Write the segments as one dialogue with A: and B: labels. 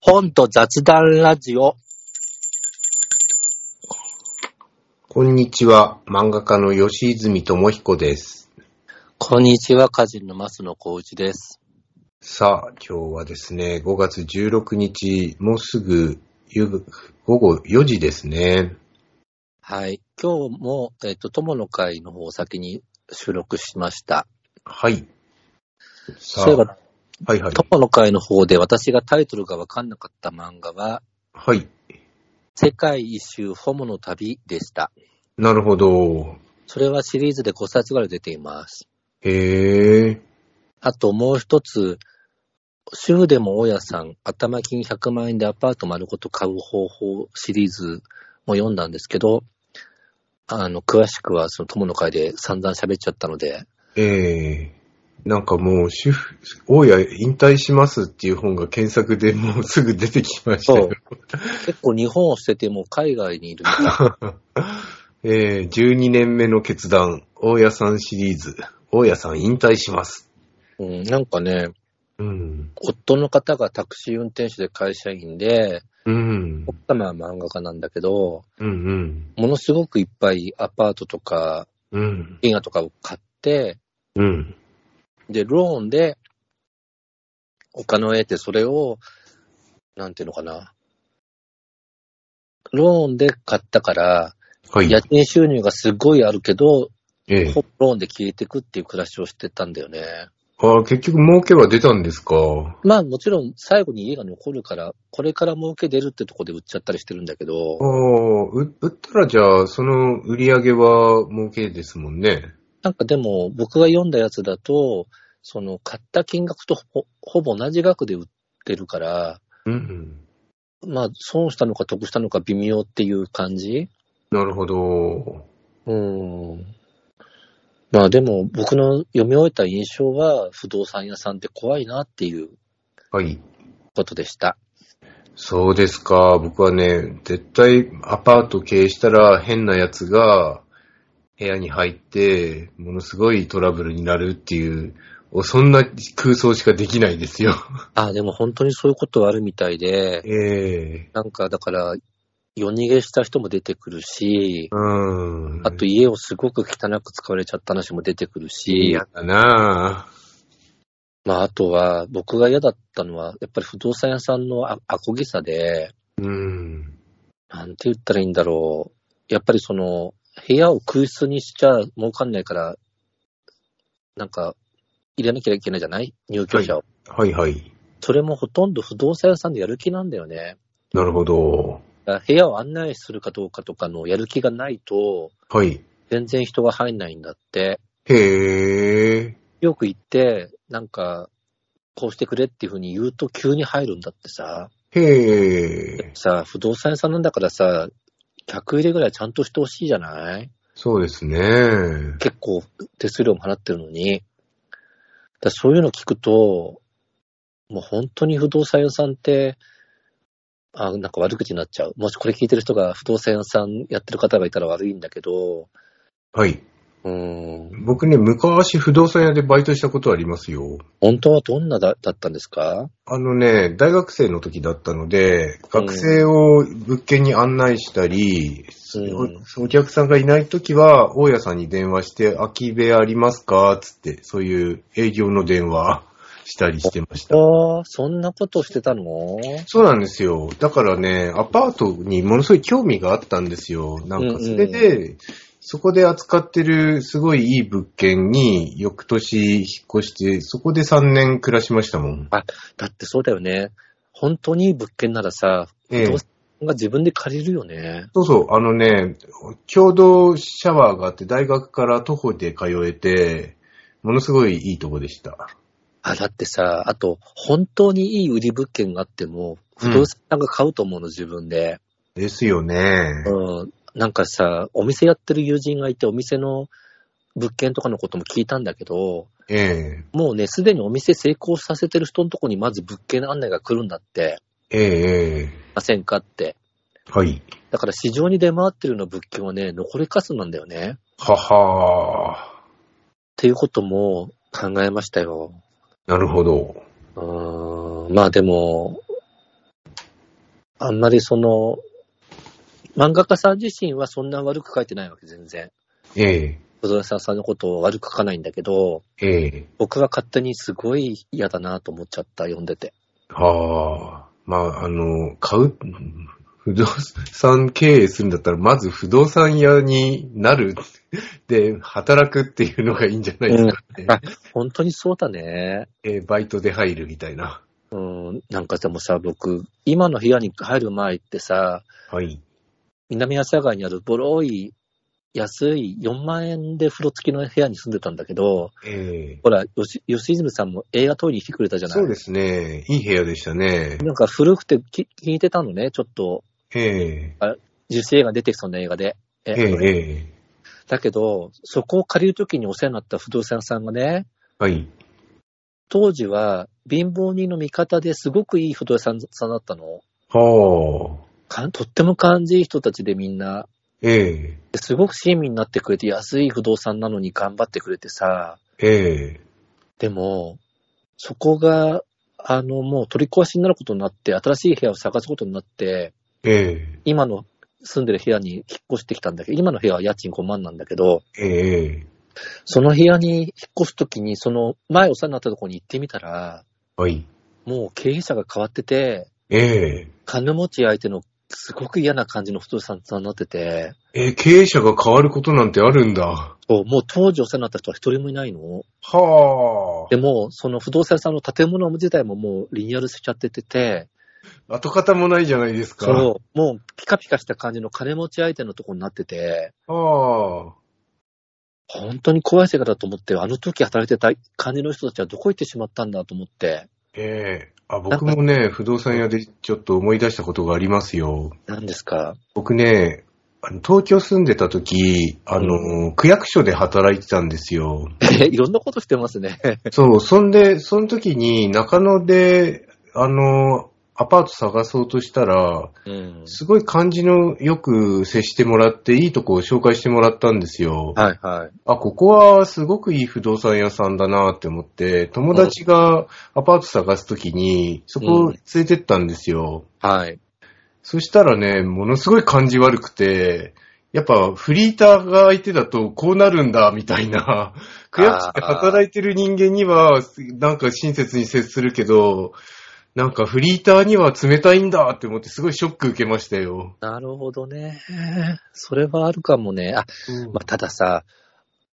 A: 本と雑談ラジオ。
B: こんにちは、漫画家の吉泉智彦です。
A: こんにちは、歌人の増野幸一です。
B: さあ、今日はですね、5月16日、もうすぐ夕午後4時ですね。
A: はい。今日も、えっ、と、友の会の方を先に収録しました。
B: はい。さあ、
A: そういえば、
B: はいはい。
A: 友の会の方で私がタイトルがわかんなかった漫画は、
B: はい。
A: 世界一周ホモの旅でした。
B: なるほど。
A: それはシリーズで5冊ぐらい出ています。
B: へえ。
A: あともう一つ、主婦でも大家さん、頭金100万円でアパート丸ごと買う方法シリーズも読んだんですけど、あの、詳しくはその友の会で散々喋っちゃったので、
B: ええ。なんかもう、主婦、大家引退しますっていう本が検索でもうすぐ出てきましたよ。
A: 結構日本を捨ててもう海外にいるみたい。
B: えー、12年目の決断、大家さんシリーズ、大家さん引退します。
A: うん、なんかね、
B: うん。
A: 夫の方がタクシー運転手で会社員で、
B: うん。
A: 奥様は漫画家なんだけど、
B: うんうん。
A: ものすごくいっぱいアパートとか
B: うん。
A: 映画とかを買って、
B: うん。
A: で、ローンでお金を得て、それを、なんていうのかな。ローンで買ったから、
B: はい。
A: 家賃収入がすごいあるけど、
B: ええ
A: ほぼローンで消えていくっていう暮らしをしてたんだよね。
B: ああ、結局儲けは出たんですか。
A: まあもちろん最後に家が残るから、これから儲け出るってとこで売っちゃったりしてるんだけど
B: あ、あ、う売ったらじゃあ、その売り上げは儲けですもんね。
A: なんかでも僕が読んだやつだと、その買った金額とほほぼ同じ額で売ってるから、
B: うん。
A: まあ損したのか得したのか微妙っていう感じ
B: なるほど。
A: うーん。まあでも僕の読み終えた印象は不動産屋さんって怖いなっていう
B: はい。
A: ことでした。
B: そうですか。僕はね、絶対アパート経営したら変なやつが部屋に入って、ものすごいトラブルになるっていう、おそんな空想しかできないですよ。
A: あでも本当にそういうことはあるみたいで、
B: ええ
A: なんかだから夜逃げした人も出てくるし、
B: うん。
A: あと家をすごく汚く使われちゃった話も出てくるし
B: 嫌、だなぁ。
A: まああとは僕が嫌だったのはやっぱり不動産屋さんのああこぎさで、
B: うん。
A: なんて言ったらいいんだろう。やっぱりその、部屋を空室にしちゃ儲かんないから、なんか、入れなきゃいけないじゃない入居者を、
B: はいはい。
A: それもほとんど不動産屋さんでやる気なんだよね。
B: なるほど。
A: だから部屋を案内するかどうかとかのやる気がないと、
B: はい。
A: 全然人が入んないんだって。
B: へえ。
A: よく行って、なんか、こうしてくれっていうふうに言うと急に入るんだってさ。
B: へえ。
A: さ、不動産屋さんなんだからさ、客入れぐらいちゃんとしてほしいじゃない
B: そうですね。
A: 結構手数料も払ってるのに、だそういうの聞くと、もう本当に不動産屋さんって、あなんか悪口になっちゃう。もしこれ聞いてる人が不動産屋さんやってる方がいたら悪いんだけど、
B: はい。
A: うーん、
B: 僕ね、昔不動産屋でバイトしたことありますよ。
A: 本当はどんなだだったんですか
B: あのね、大学生の時だったの
A: う
B: で、
A: ん
B: 学生を物件に案内したり、
A: うん
B: おお客さんがいない時は、大家さんに電話して、空き部屋ありますかつって、そういう営業の電話したりしてました。
A: ああ、そんなことしてたの
B: そうなんですよ。だからね、アパートにものすごい興味があったんですよ。なんか、それで、そこで扱ってるすごいいい物件に、翌年引っ越して、そこで3年暮らしましたもん。
A: だってそうだよね。本当にいい物件ならさ、
B: ええ
A: 不動産が自分で借りるよね。
B: そうそう、あのね、共同シャワーがあって、大学から徒歩で通えて、ものすごいいいとこでした。
A: あ、だってさ、あと、本当にいい売り物件があっても、不動産屋が買うと思うの、自分で。
B: ですよね。
A: うん。なんかさ、お店やってる友人がいて、お店の物件とかのことも聞いたんだけど、
B: え
A: もうね、すでにお店成功させてる人のとこにまず物件案内が来るんだって、
B: えええ
A: ませんかって。
B: はい。
A: だから市場に出回ってるような物件はね、残りかすなんだよね。っ
B: はは
A: ていうことも考えましたよ。
B: ー。なるほど。
A: うーん。まあでも、あんまりその、漫画家さん自身はそんな悪く書いてないわけ、全然。
B: え
A: 不動産さんのことを悪く書かないんだけど、
B: え、ええ、
A: 僕は勝手にすごい嫌だなと思っちゃった、読んでて。
B: はあ、まあ、あの、買う、不動産経営するんだったら、まず不動産屋になる、で、働くっていうのがいいんじゃないですかね。
A: 本当にそうだね。
B: えーバイトで入るみたいな。
A: うん、なんかでもさ、僕、今の部屋に入る前ってさ、
B: はい。
A: 南阿佐ヶ谷にあるボロい、安い4万円で風呂付きの部屋に住んでたんだけど、
B: ええ
A: ほら、よし吉泉さんも映画撮りに来てくれたじゃない
B: そうですね。いい部屋でしたね。
A: なんか古くてき聞いてたのね、ちょっと、
B: ええ
A: 樹脂映画出てきそうな映画で。え
B: ええええ
A: だけど、そこを借りるときにお世話になった不動産屋さんがね、
B: はい。
A: 当時は貧乏人の味方ですごくいい不動産屋さんだったの。
B: はあ。
A: かんとっても感じいい人たちでみんな、
B: え
A: ですごく親身になってくれて、安い不動産なのに頑張ってくれてさ、
B: ええ
A: でも、そこが、あの、もう取り壊しになることになって、新しい部屋を探すことになって、
B: ええ
A: 今の住んでる部屋に引っ越してきたんだけど、今の部屋は家賃5万なんだけど、
B: ええ
A: その部屋に引っ越すときに、その前お世話になったところに行ってみたら、
B: はい。
A: もう経営者が変わってて、
B: ええ
A: 金持ち相手のすごく嫌な感じの不動産さんになってて、
B: ええ経営者が変わることなんてあるんだ。
A: そうもう当時お世話になった人は一人もいないの。
B: は
A: でも、その不動産屋さんの建物自体ももうリニューアルしちゃっててて、
B: あ。跡形もないじゃないですか。
A: そう、もうピカピカした感じの金持ち相手のとこになってて、
B: はあ。
A: 本当に怖い世界だと思って、あの時働いてた感じの人たちはどこ行ってしまったんだと思って、
B: ええあ、僕もね、不動産屋でちょっと思い出したことがありますよ。
A: 何ですか
B: 僕ね、あの東京住んでた時、あの、区役所で働いてたんですよ。
A: いろんなことしてますね。
B: そう、そんで、その時に中野で、あの、アパート探そうとしたら、
A: うん
B: すごい感じのよく接してもらって、いいとこを紹介してもらったんですよ。
A: はいはい。
B: あ、ここはすごくいい不動産屋さんだなって思って、友達がアパート探す時に、そこ連れてったんですよ。
A: はい。
B: そしたらね、ものすごい感じ悪くて、やっぱフリーターが相手だとこうなるんだ、みたいな。区役所で働いてる人間には、なんか親切に接するけど、なんかフリーターには冷たいんだって思ってすごいショック受けましたよ。
A: なるほどね。それはあるかもね。あ、
B: うん
A: まあ、たださ、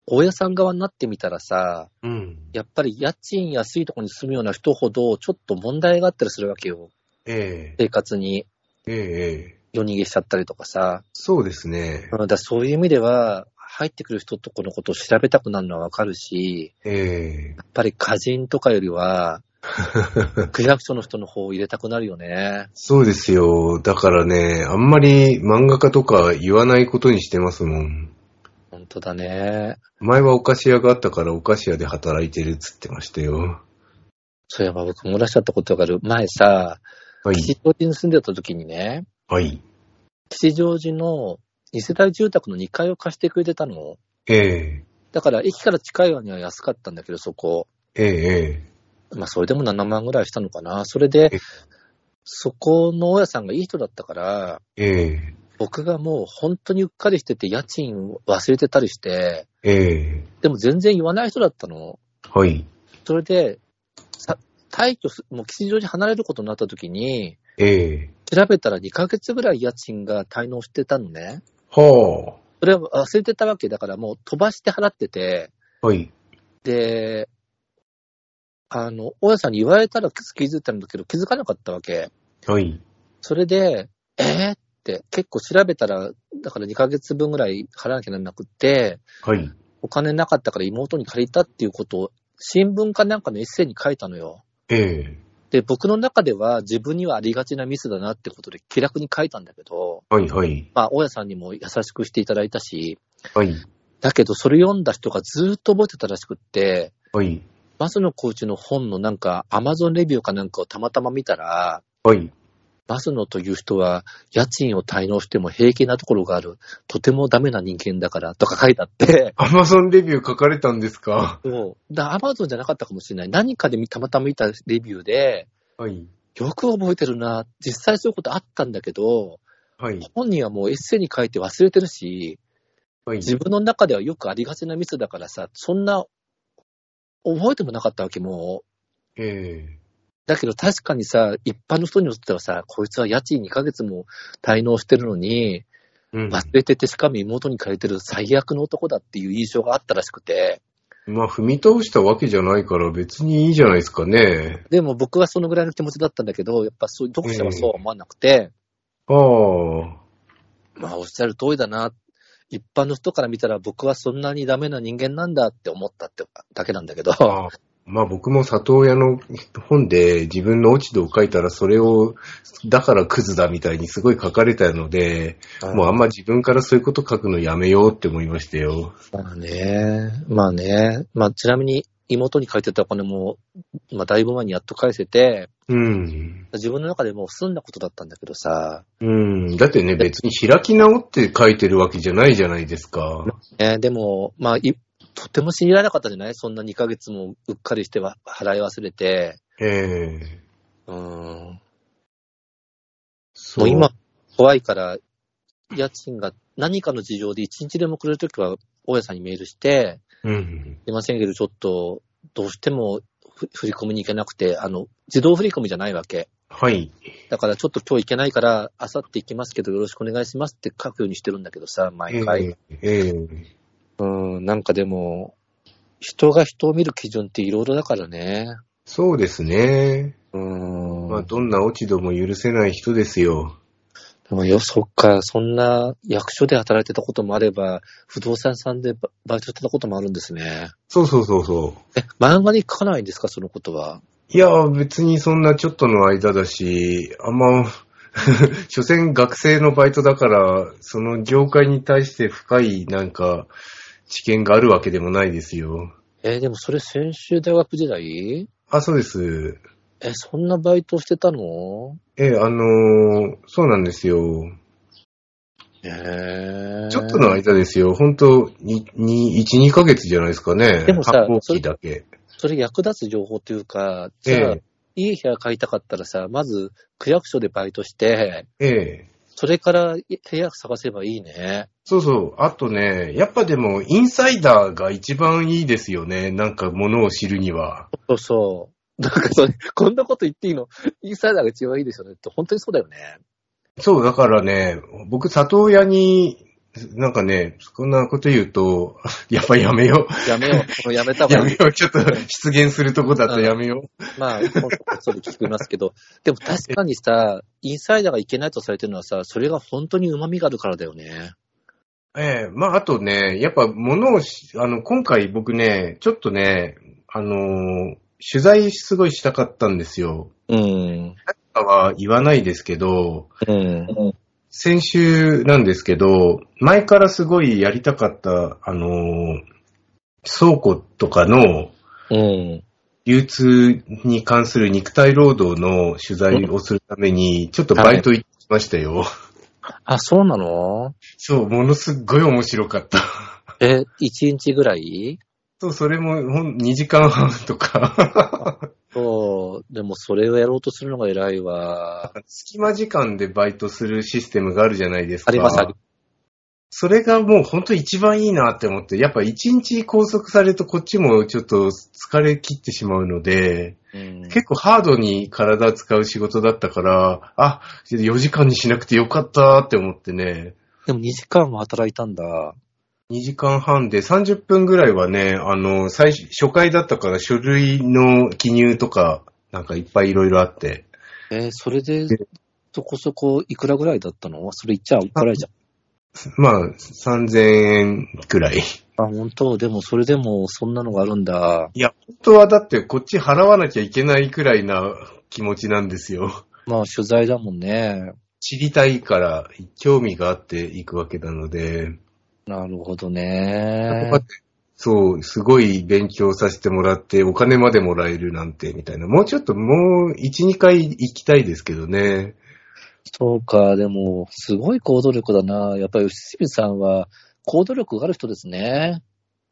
A: 大家さん側になってみたらさ、
B: うん。
A: やっぱり家賃安いところに住むような人ほど、ちょっと問題があったりするわけよ。
B: ええ
A: 生活に
B: ええええ
A: 夜逃げしちゃったりとかさ。
B: そうですね。
A: うんだからそういう意味では、入ってくる人とこのことを調べたくなるのはわかるし、
B: ええ
A: やっぱり家人とかよりは、 区役所の人の方を入れたくなるよね。
B: そうですよ。だからね、あんまり漫画家とか言わないことにしてますもん。
A: 本当だね。
B: 前はお菓子屋があったからお菓子屋で働いてるっつってましたよ。
A: そういえば僕漏らしちゃったことがある。前さ、
B: は
A: 吉
B: い。
A: 祥寺に住んでた時にね、
B: はい。
A: 吉祥寺の二世帯住宅の2階を貸してくれてたの。
B: ええ
A: だから駅から近いわには安かったんだけど、そこ。
B: えええ
A: まあ、それでも7万ぐらいしたのかな。それで
B: え、
A: そこの大家さんがいい人だったから、
B: ええ
A: 僕がもう本当にうっかりしてて、家賃を忘れてたりして、
B: ええ
A: でも全然言わない人だったの。
B: はい。
A: それで、さ退去す、もう吉祥寺離れることになった時に、
B: ええ
A: 調べたら2ヶ月ぐらい家賃が滞納してたのね。
B: は
A: それは忘れてたわけだから、もう飛ばして払ってて、
B: あ。はい。
A: で、あの、大家さんに言われたら気づいたんだけど、気づかなかったわけ。
B: はい。
A: それで、えー、って、結構調べたら、だから2ヶ月分ぐらい払わなきゃならなくって、
B: はい。
A: お金なかったから妹に借りたっていうことを、新聞かなんかのエッセイに書いたのよ。
B: ええ
A: で、僕の中では自分にはありがちなミスだなってことで気楽に書いたんだけど、
B: はい。はい。
A: まあ、大家さんにも優しくしていただいたし、
B: はい。
A: だけどそれ読んだ人がずーっと覚えてたらしくって、
B: はい。
A: バスのコーチの本のなんか、アマゾンレビューかなんかをたまたま見たら、
B: はい。
A: バスのという人は家賃を滞納しても平気なところがある。とてもダメな人間だから、とか書いてあって、
B: アマゾンレビュー書かれたんですか
A: もう、だアマゾンじゃなかったかもしれない。何かで見たまたま見たレビューで、
B: はい。
A: よく覚えてるな。実際そういうことあったんだけど、
B: はい。
A: 本人はもうエッセイに書いて忘れてるし、
B: はい。
A: 自分の中ではよくありがちなミスだからさ、そんな、覚えてもなかったわけ、もう。
B: え
A: だけど確かにさ、一般の人にとってはさ、こいつは家賃2ヶ月も滞納してるのに、
B: えうん。
A: 忘れててしかも妹に借りてる最悪の男だっていう印象があったらしくて、
B: まあ、踏み倒したわけじゃないから別にいいじゃないですかね。
A: でも僕はそのぐらいの気持ちだったんだけど、やっぱそう読者はそうは思わなくて、
B: ああ。
A: まあおっしゃる通りだな、一般の人から見たら僕はそんなにダメな人間なんだって思ったってだけなんだけど、
B: あまあ僕も里親の本で自分の落ち度を書いたらそれを、だからクズだみたいにすごい書かれたので、もうあんま自分からそういうこと書くのやめようって思いましたよ。
A: まあね、まあね、まあちなみに妹に借りてたお金も、まあだいぶ前にやっと返せて、
B: うん。
A: 自分の中でもう済んだことだったんだけどさ、
B: うん。だってね、別に開き直って書いてるわけじゃないじゃないですか。
A: えーでも、まあい、とても信じられなかったじゃないそんな2ヶ月もうっかりしては払い忘れて、
B: ええ
A: うーん、
B: そ
A: もう今、怖いから、家賃が何かの事情で1日でもくれるときは、大家さんにメールして、
B: うん。
A: すいませんけど、ちょっと、どうしてもふ振り込みに行けなくて、あの、自動振り込みじゃないわけ。
B: はい。
A: だからちょっと今日行けないから、あさって行きますけど、よろしくお願いしますって書くようにしてるんだけどさ、
B: え
A: 毎
B: え
A: 回。
B: ええ
A: うん、なんかでも、人が人を見る基準っていろいろだからね。
B: そうですね。
A: うん。
B: まあどんな落ち度も許せない人ですよ。
A: でもよ、そっか、そんな役所で働いてたこともあれば、不動産屋さんでババイトしてたこともあるんですね。
B: そうそうそうそう。
A: え、漫画に書かないんですか、そのことは。
B: いや、別にそんなちょっとの間だし、あんま、 所詮学生のバイトだから、その業界に対して深いなんか知見があるわけでもないですよ。
A: えーでもそれ先週大学時代
B: あ、そうです。
A: え、そんなバイトしてたの
B: え、あのーそうなんですよ。
A: えー、
B: ちょっとの間ですよ。本当に、に、1、2ヶ月じゃないですかね。
A: でもさ
B: 発行期だけ。
A: それ役立つ情報というか、じゃあ、
B: え
A: いい部屋買いたかったらさ、まず区役所でバイトして、
B: え、ええ。
A: それからい部屋探せばいいね。
B: そうそう。あとね、やっぱでも、インサイダーが一番いいですよね。なんか、ものを知るには。
A: そうそう。なんかそれ、こんなこと言っていいのインサイダーが一番いいですよねって、本当にそうだよね。
B: そう、だからね、僕、里親に、なんかね、こんなこと言うと、 やっぱやめよ
A: やめよう。も うやめた
B: う。
A: 方
B: や
A: が
B: め
A: いい。
B: よう。ちょっと、出現するとこだとやめよ
A: まあ、このそれ聞きますけど。でも確かにさ、インサイダーがいけないとされてるのはさ、それが本当に旨味があるからだよね。
B: う。ええまあ、あとね、やっぱ、ものをし、あの、今回僕ね、ちょっとね、あのー取材すごいしたかったんですよ。
A: うん。
B: は言わないですけど、
A: うん。
B: 先週なんですけど、前からすごいやりたかった、あのー倉庫とかの、
A: うん。
B: 流通に関する肉体労働の取材をするために、ちょっとバイト行ってきましたよ。
A: あ、そうなの
B: そう、ものすっごい面白 かった。
A: え、一日ぐらい
B: そう、それもほん2時間半と か。
A: そう。でもそれをやろうとするのが偉いわ。
B: 隙間時間でバイトするシステムがあるじゃないですか。
A: ありますあり
B: それがもう本当一番いいなって思って、やっぱ一日拘束されるとこっちもちょっと疲れ切ってしまうので、
A: うん
B: 結構ハードに体使う仕事だったから、あ、4時間にしなくてよかったって思ってね。
A: でも2時間も働いたんだ。
B: 2時間半で30分ぐらいはね、あの、最初、初回だったから書類の記入とか、なんかいっぱいいろいろあって、
A: えーそれで、そこそこいくらぐらいだったのそれ言っちゃ怒られちゃう。
B: まあ、3000円くらい。
A: あ、本当でもそれでもそんなのがあるんだ。
B: いや、本当はだってこっち払わなきゃいけないくらいな気持ちなんですよ。
A: まあ取材だもんね。
B: 知りたいから、興味があっていくわけなので、
A: なるほどね。
B: そう、すごい勉強させてもらって、お金までもらえるなんて、みたいな。もうちょっと、もう1、2回行きたいですけどね。
A: そうか、でも、すごい行動力だな。やっぱり吉住さんは行動力がある人ですね。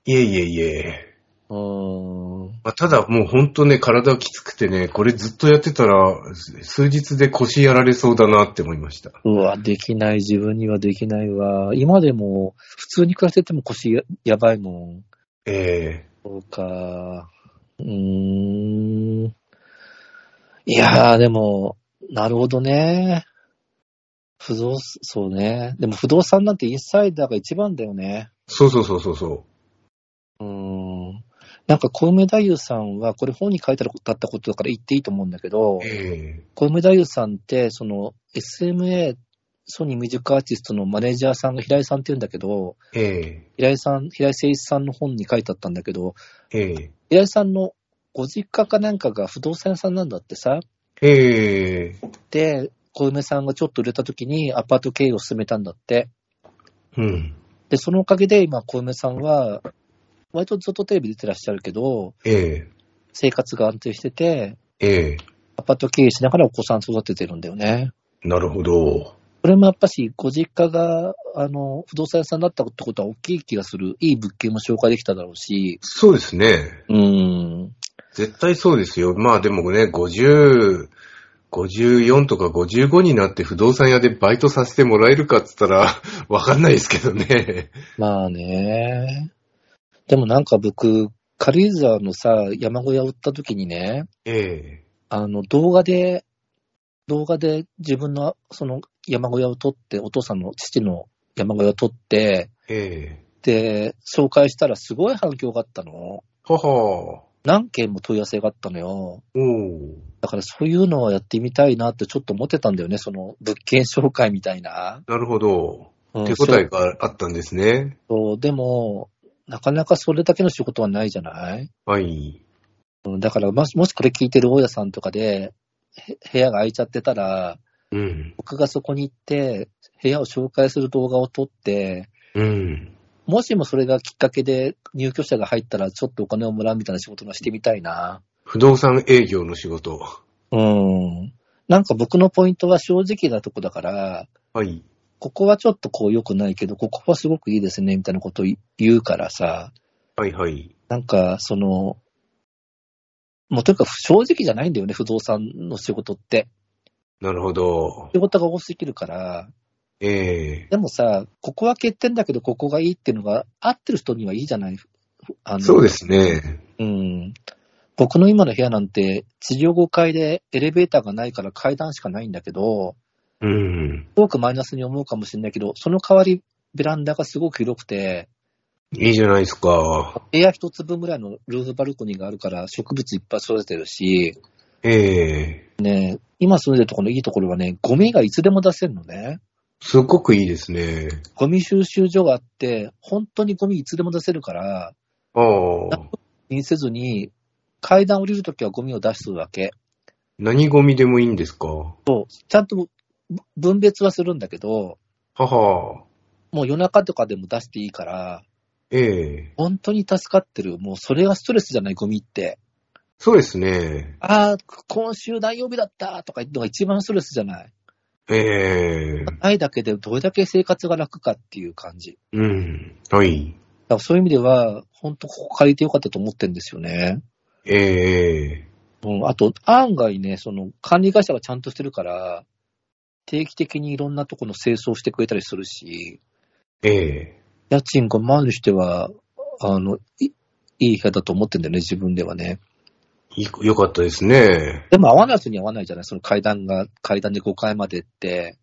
B: いえいえいえ。
A: うーん。
B: まあ、ただもう本当ね、体きつくてね、これずっとやってたら、す数日で腰やられそうだなって思いました。
A: うわ、できない、自分にはできないわ。今でも、普通に暮らしてても腰ややばいもん。
B: え
A: そうか。うーん。いやー、でも、なるほどね。不動、そうね。でも不動産なんてインサイダーが一番だよね。
B: ーそうそうそうそうそう
A: ーん。なんか、小梅太夫さんは、これ本に書いてあったことだから言っていいと思うんだけど
B: う。、え
A: 小梅太夫さんって、その SMA、ソニーミュージックアーティストのマネージャーさんが平井さんって言うんだけど、
B: ー、え
A: 平井さん、平井誠一さんの本に書いてあったんだけど、
B: ー、え
A: 平井さんのご実家かなんかが不動産屋さんなんだってさ、
B: ー、えー、
A: で、小梅さんがちょっと売れた時にアパート経営を進めたんだって。
B: うん、
A: で、そのおかげで今小梅さんは、割とずっとテレビ出てらっしゃるけど、
B: えー、
A: 生活が安定してて、
B: え
A: アパート経営しながらお子さん育ててるんだよね。
B: ー、なるほど。
A: これもやっぱし、ご実家が、あの、不動産屋さんだったってことは大きい気がする。いい物件も紹介できただろうし。
B: そうですね。
A: うん。
B: 絶対そうですよ。まあでもね、50、54とか55になって不動産屋でバイトさせてもらえるかっつったら、 わかんないですけどね。
A: まあね。でもなんか僕、軽井沢のさ、山小屋を売った時にね、
B: え
A: あの、動画で、動画で自分の、その、山小屋を撮って、お父さんの父の山小屋を撮って、
B: えええ
A: で、紹介したらすごい反響があったの。
B: はは
A: 何件も問い合わせがあったのよ。
B: おお
A: だからそういうのはやってみたいなってちょっと思ってたんだよね、その物件紹介みたいな。
B: なるほど。
A: うん
B: 手応えがあったんですね。
A: そうでも、なかなかそれだけの仕事はないじゃない
B: はい。
A: うんだからもし、もしこれ聞いてる大家さんとかで、へ部屋が空いちゃってたら、
B: うん。
A: 僕がそこに行って、部屋を紹介する動画を撮って、
B: うん。
A: もしもそれがきっかけで入居者が入ったらちょっとお金をもらうみたいな仕事をしてみたいな。
B: 不動産営業の仕事。
A: うん。なんか僕のポイントは正直なとこだから、
B: はい。
A: ここはちょっとこう良くないけど、ここはすごくいいですね、みたいなことを言うからさ、
B: はいはい。
A: なんか、その、もうとにかく正直じゃないんだよね、不動産の仕事って。
B: なるほど。
A: 仕事が多すぎるから。
B: ええ
A: でもさ、ここは欠点だけど、ここがいいっていうのが、合ってる人にはいいじゃないあの
B: そうですね。
A: うん。僕の今の部屋なんて、地上5階でエレベーターがないから階段しかないんだけど、
B: うん。
A: すごくマイナスに思うかもしれないけど、その代わりベランダがすごく広くて、
B: いいじゃないですか。
A: 部屋一つ分ぐらいのルーフバルコニーがあるから植物いっぱい育ててるし、
B: ええ
A: ね、今住んでるところのいいところはね、ゴミがいつでも出せるのね。
B: すっごくいいですね。
A: ゴミ収集所があって、本当にゴミいつでも出せるから、
B: ああ。
A: 気にせずに、階段降りるときはゴミを出すわけ。
B: 何ゴミでもいいんですかは
A: ちゃんとぶ分別はするんだけど、
B: は。
A: もう夜中とかでも出していいから、
B: ええ
A: 本当に助かってる。もうそれがストレスじゃない、ゴミって。
B: そうですね。
A: ああ、今週何曜日だったとか言うのが一番ストレスじゃない。
B: ええ
A: ないだけでどれだけ生活が楽かっていう感じ。
B: うん。はい。
A: だからそういう意味では、本当ここ借りてよかったと思ってるんですよね。
B: ええ
A: うん、あと、案外ね、その管理会社がちゃんとしてるから、定期的にいろんなとこの清掃してくれたりするし、
B: ええ
A: 家賃5万にしては、あの、いいい部屋だと思ってんだよね、自分ではね。
B: いいよかったですね。
A: でも合わない人には合わないじゃないその階段が、階段で5階までって、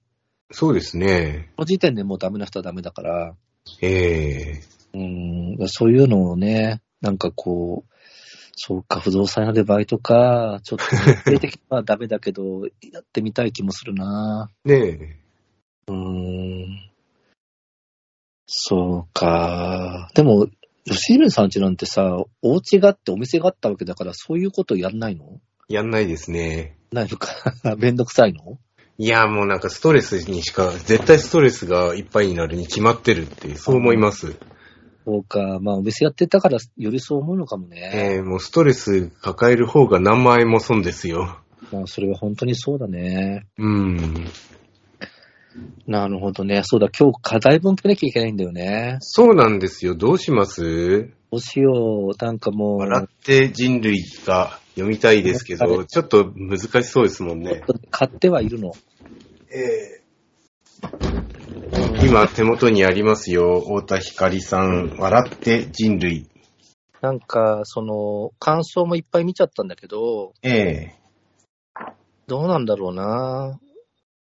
B: そうですね。
A: この時点でもうダメな人はダメだから、
B: ええ
A: うん、そういうのをね、なんかこう、そうか、不動産屋でバイトか、ちょっと、出てきはダメだけど、やってみたい気もするな。
B: ね
A: うん。そうか。でも、吉住さん家なんてさ、お家があってお店があったわけだから、そういうことやんないの
B: え。やんないですね。
A: ないのか。 めんどくさいの
B: いや、もうなんかストレスにしか、絶対ストレスがいっぱいになるに決まってるって、そう思います。
A: そうか。まあ、お店やってたから、よりそう思うのかもね。
B: ええもうストレス抱える方が何万円も損ですよ。
A: まあ、それは本当にそうだね。
B: うん。
A: なるほどね。そうだ、今日課題分取らなきゃいけないんだよね。
B: そうなんですよ。どうしま
A: ど
B: す
A: うしよう。なんかもう、
B: 笑って人類が読みたいですけど、ちょっと難しそうですもんね。
A: 買ってはいるの。
B: ええ今手元にありますよ。太田光さん、笑って人類。
A: なんか、その、感想もいっぱい見ちゃったんだけど、
B: え
A: どうなんだろうな。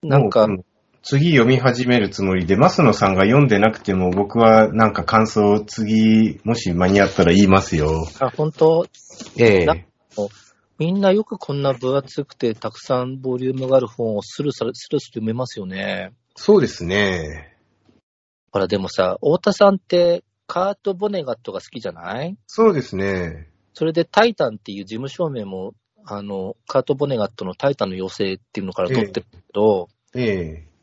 B: え
A: なんか、
B: もう次読み始めるつもりで、増野さんが読んでなくても、僕はなんか感想を次、もし間に合ったら言いますよ。
A: あ、本当
B: え
A: な
B: え
A: みんなよくこんな分厚くて、たくさんボリュームがある本をスルスル、スルスル読めますよね。
B: そうですね。
A: ほら、でもさ、太田さんって、カート・ボネガットが好きじゃない
B: そうですね。
A: それでタイタンっていう事務証明も、あの、カート・ボネガットのタイタンの要請っていうのから取ってるけど、
B: ええ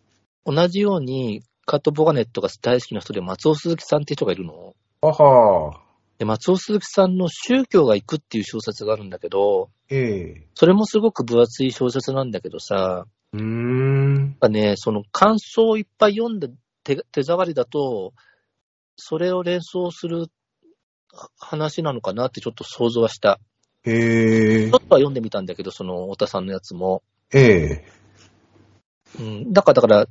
A: 同じように、カート・ボガネットが大好きな人で松尾鈴木さんっていう人がいるの。
B: あはあ。
A: で、松尾鈴木さんの宗教が行くっていう小説があるんだけど、
B: ええ
A: それもすごく分厚い小説なんだけどさ、
B: うーん。
A: やっぱね、その感想をいっぱい読んで手手触りだと、それを連想する話なのかなってちょっと想像はした。
B: ええ
A: ちょっとは読んでみたんだけど、その太田さんのやつも。
B: ええ
A: うん、だから、だから、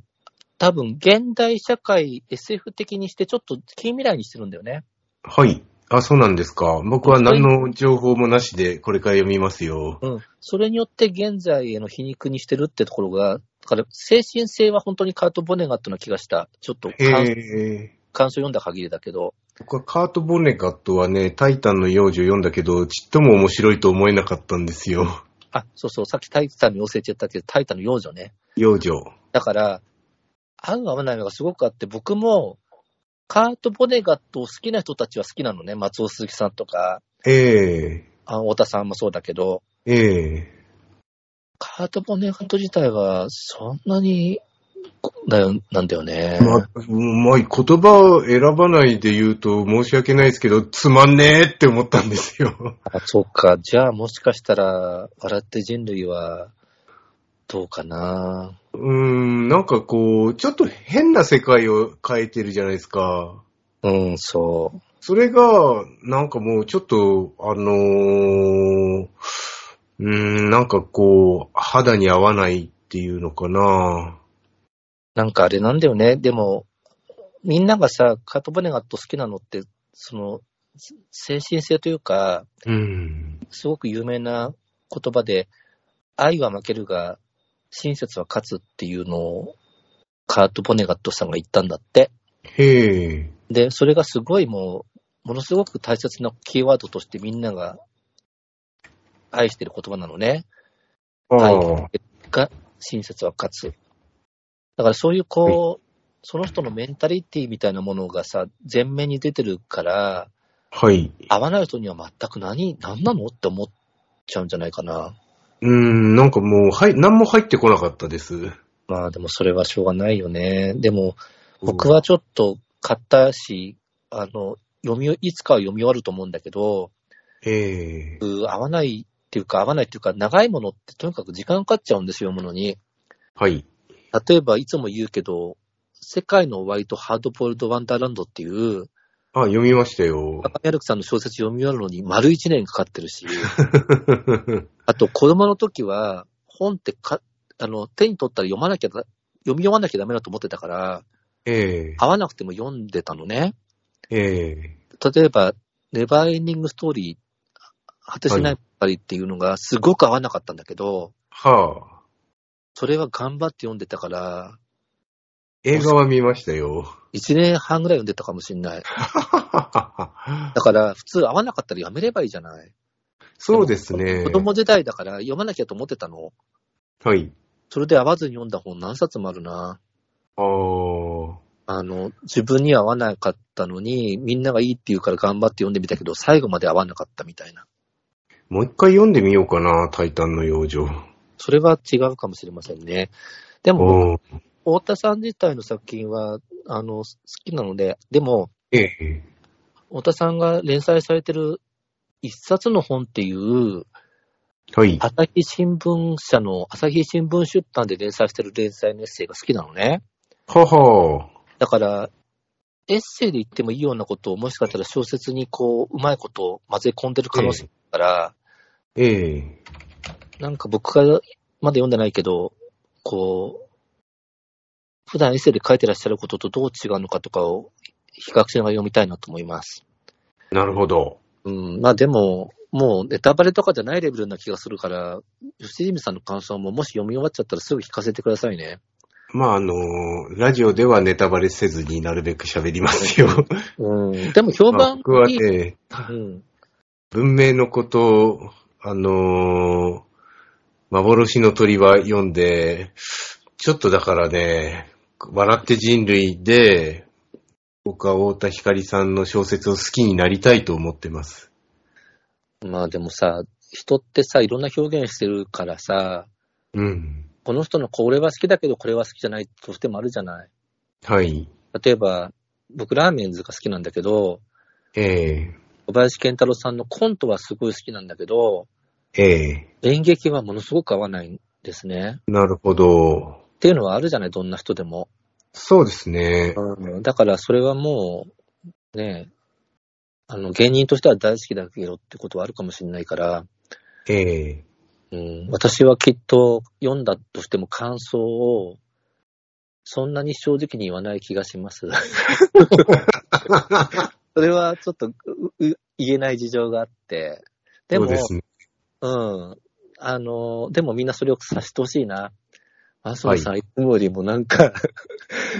A: 多分現代社会 SF 的にしてちょっと近未来にしてるんだよね。
B: はい。あ、そうなんですか。僕は何の情報もなしで、これから読みますよ。
A: うん。それによって現在への皮肉にしてるってところが、だから精神性は本当にカート・ボネガットな気がした。ちょっと
B: え
A: 感,、
B: え
A: 感想読んだ限りだけど。
B: 僕はカート・ボネガットはね、タイタンの幼女を読んだけど、ちっとも面白いと思えなかったんですよ。
A: あ、そうそう、さっきタイタンの妖精って言ったけど、タイタンの幼女ね。
B: 幼女。
A: だから、合う合わないのがすごくあって、僕も、カート・ボネガットを好きな人たちは好きなのね。松尾鈴木さんとか、
B: え
A: あ太田さんもそうだけど、
B: えええ
A: カート・ボネガット自体は、そんなに、こだよ、なんだよね。
B: まあ、うんまあ、言葉を選ばないで言うと申し訳ないですけど、つまんねえって思ったんですよ。
A: あ、そうか。じゃあ、もしかしたら、笑って人類は、どうかな。
B: うーん、なんかこう、ちょっと変な世界を変えてるじゃないですか。
A: うん、そう。
B: それが、なんかもうちょっと、あのー、うーん、なんかこう、肌に合わないっていうのかな。
A: なんかあれなんだよね。でも、みんながさ、カート・ボネガット好きなのって、その、精神性というか、
B: うん。
A: すごく有名な言葉で、愛は負けるが、親切は勝つっていうのを、カート・ボネガットさんが言ったんだって。
B: へえ。
A: で、それがすごいもう、ものすごく大切なキーワードとしてみんなが愛してる言葉なのね。
B: ああ、
A: はが、親切は勝つ。だからそういうこう、その人のメンタリティみたいなものがさ、前面に出てるから、
B: はい。
A: 合わない人には全く何、何なのって思っちゃうんじゃないかな。
B: うーん、なんかもう、はい、何も入ってこなかったです。
A: まあでもそれはしょうがないよね。でも僕はちょっと買ったし、あの、読み、いつかは読み終わると思うんだけど、
B: うん、ええ
A: うー合わないっていうか合わないっていうか長いものってとにかく時間かかっちゃうんですよ、読むのに。
B: はい。
A: 例えばいつも言うけど、世界の終わりとハードボールドワンダーランドっていう、
B: あ、読みましたよ。
A: 赤宮ルクさんの小説読み終わるのに丸1年かかってるし、あと子供の時は本ってか、あの、手に取ったら読まなきゃだ、読み終わなきゃダメだと思ってたから、
B: ええ
A: 合わなくても読んでたのね。
B: ええ
A: 例えば、ネバーエンディングストーリー、果てしないばりっていうのがすごく合わなかったんだけど、
B: はあ。
A: それは頑張って読んでたから、
B: 映画は見ましたよ。
A: 1年半ぐらい読んでたかもしれない。
B: は
A: だから、普通合わなかったらやめればいいじゃない。
B: そうですね
A: 子。供時代だから読まなきゃと思ってたの。
B: はい。
A: それで合わずに読んだ本何冊もあるな。
B: ああ。
A: あの、自分には合わなかったのに、みんながいいって言うから頑張って読んでみたけど、最後まで合わなかったみたいな。
B: もう一回読んでみようかな、タイタンの養女。
A: それは違うかもしれませんね。でも、
B: うん
A: 太田さん自体の作品は、あの、好きなので、でも、
B: ええ。
A: 太田さんが連載されてる一冊の本っていう、
B: はい。
A: 朝日新聞社の、朝日新聞出版で連載してる連載のエッセイが好きなのね。
B: はは。
A: だから、エッセイで言ってもいいようなことを、もしかしたら小説にこう、うまいことを混ぜ込んでる可能性だから、
B: ええ。
A: なんか僕がまだ読んでないけど、こう、普段エッセイで書いてらっしゃることとどう違うのかとかを比較しながら読みたいなと思います。
B: なるほど。
A: うん、まあでも、もうネタバレとかじゃないレベルな気がするから、吉住さんの感想ももし読み終わっちゃったらすぐ聞かせてくださいね。
B: まあ、あのーラジオではネタバレせずになるべく喋りますよ。
A: うん、でも評
B: まあ
A: 判
B: 僕はい
A: い、
B: ね、
A: うん、
B: 文明のことを、あのー幻の鳥は読んで、ちょっとだからね、笑って人類で、僕は太田光さんの小説を好きになりたいと思ってます。
A: まあでもさ、人ってさ、いろんな表現してるからさ、
B: うん。
A: この人のこれは好きだけどこれは好きじゃないとしてもあるじゃない。
B: はい。
A: 例えば、僕ラーメンズが好きなんだけど、
B: ええ
A: 小林健太郎さんのコントはすごい好きなんだけど、
B: ええ
A: 演劇はものすごく合わないんですね。
B: なるほど。
A: っていうのはあるじゃない、どんな人でも。
B: そうですね。
A: だからそれはもう、ねえ、あの、芸人としては大好きだけどってことはあるかもしれないから、
B: ええ
A: うん、私はきっと読んだとしても感想を、そんなに正直に言わない気がします。それはちょっとうう言えない事情があって。で
B: そ
A: も、
B: うですね。
A: うん。あの、でもみんなそれを察してほしいな。あ、そうさん、いつもよりもなん か、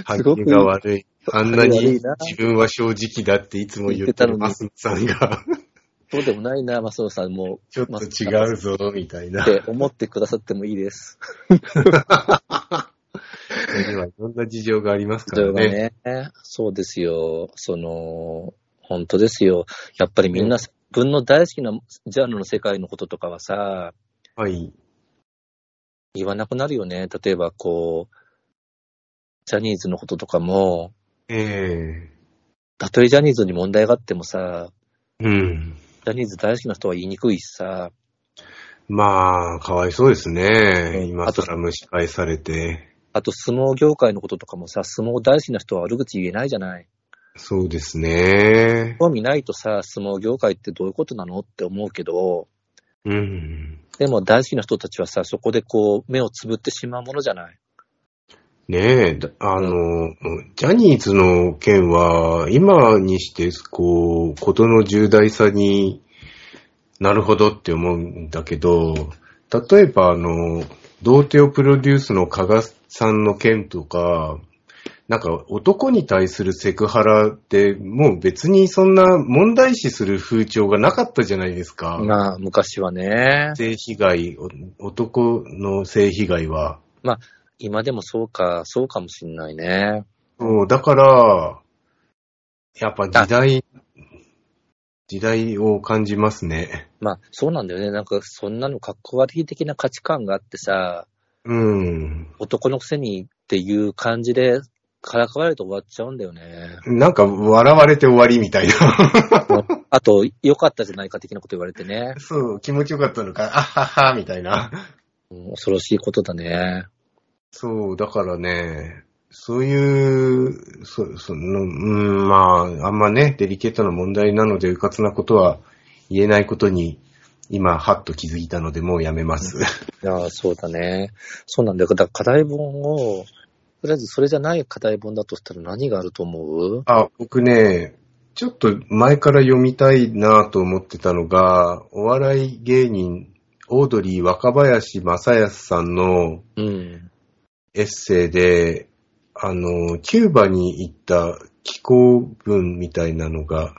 B: 歯
A: すご
B: 切
A: く
B: れが悪い。あんなに
A: 歯切れ悪いな
B: 自分は正直だっていつも言ってる
A: 言
B: マ
A: って
B: スさ んが、
A: そうでもないな、マスオさんも
B: ちょっと違うぞ、みたいな
A: っ。て思ってくださってもいいです。
B: にはいろんな事情がありますか
A: そ
B: ら
A: う
B: ね。
A: ね。そうですよ。その、本当ですよ。やっぱりみんな、自分の大好きなジャンルの世界のこととかはさ、
B: はい。
A: 言わなくなるよね。例えばこう、ジャニーズのこととかも、
B: え
A: たとえジャニーズに問題があってもさ、
B: えうん。
A: ジャニーズ大好きな人は言いにくいしさ、
B: まあ、かわいそうですね。
A: うん
B: 今更蒸し返されて。
A: あと相撲業界のこととかもさ、相撲大好きな人は悪口言えないじゃない。
B: そうですね。
A: 興味ないとさ、相撲業界ってどういうことなのって思うけど、
B: うん。
A: でも大好きな人たちはさ、そこでこう、目をつぶってしまうものじゃない。
B: ねえ、だあの、ジャニーズの件は、今にして、こう、ことの重大さになるほどって思うんだけど、例えば、あの、童貞をプロデュースの加賀さんの件とか、なんか男に対するセクハラって、もう別にそんな問題視する風潮がなかったじゃないですか。
A: まあ、昔はね。
B: 性被害、お男の性被害は。
A: 今でもそうか、そうかもしんないね。
B: そう、だから、やっぱ時代、時代を感じますね。
A: まあ、そうなんだよね。なんか、そんなの格好悪い的な価値観があってさ、
B: うん。
A: 男のくせにっていう感じで、からかわれると終わっちゃうんだよね。
B: なんか笑われて終わりみたいな。
A: あと、良かったじゃないか的なこと言われてね。
B: そう、気持ちよかったのか、あはは、みたいな。
A: うん恐ろしいことだね。
B: そう、だからね、そういう、そ、その、うん、まあ、あんまね、デリケートな問題なので、うかつなことは言えないことに、今、はっと気づいたので、もうやめます。
A: いやー、そうだね。そうなんだよ。だから課題本を、とりあえずそれじゃない課題本だとしたら何があると思う
B: あ、僕ね、ちょっと前から読みたいなと思ってたのが、お笑い芸人、オードリー若林正康さんの
A: うん。
B: エッセイで、あの、キューバに行った気候文みたいなのが、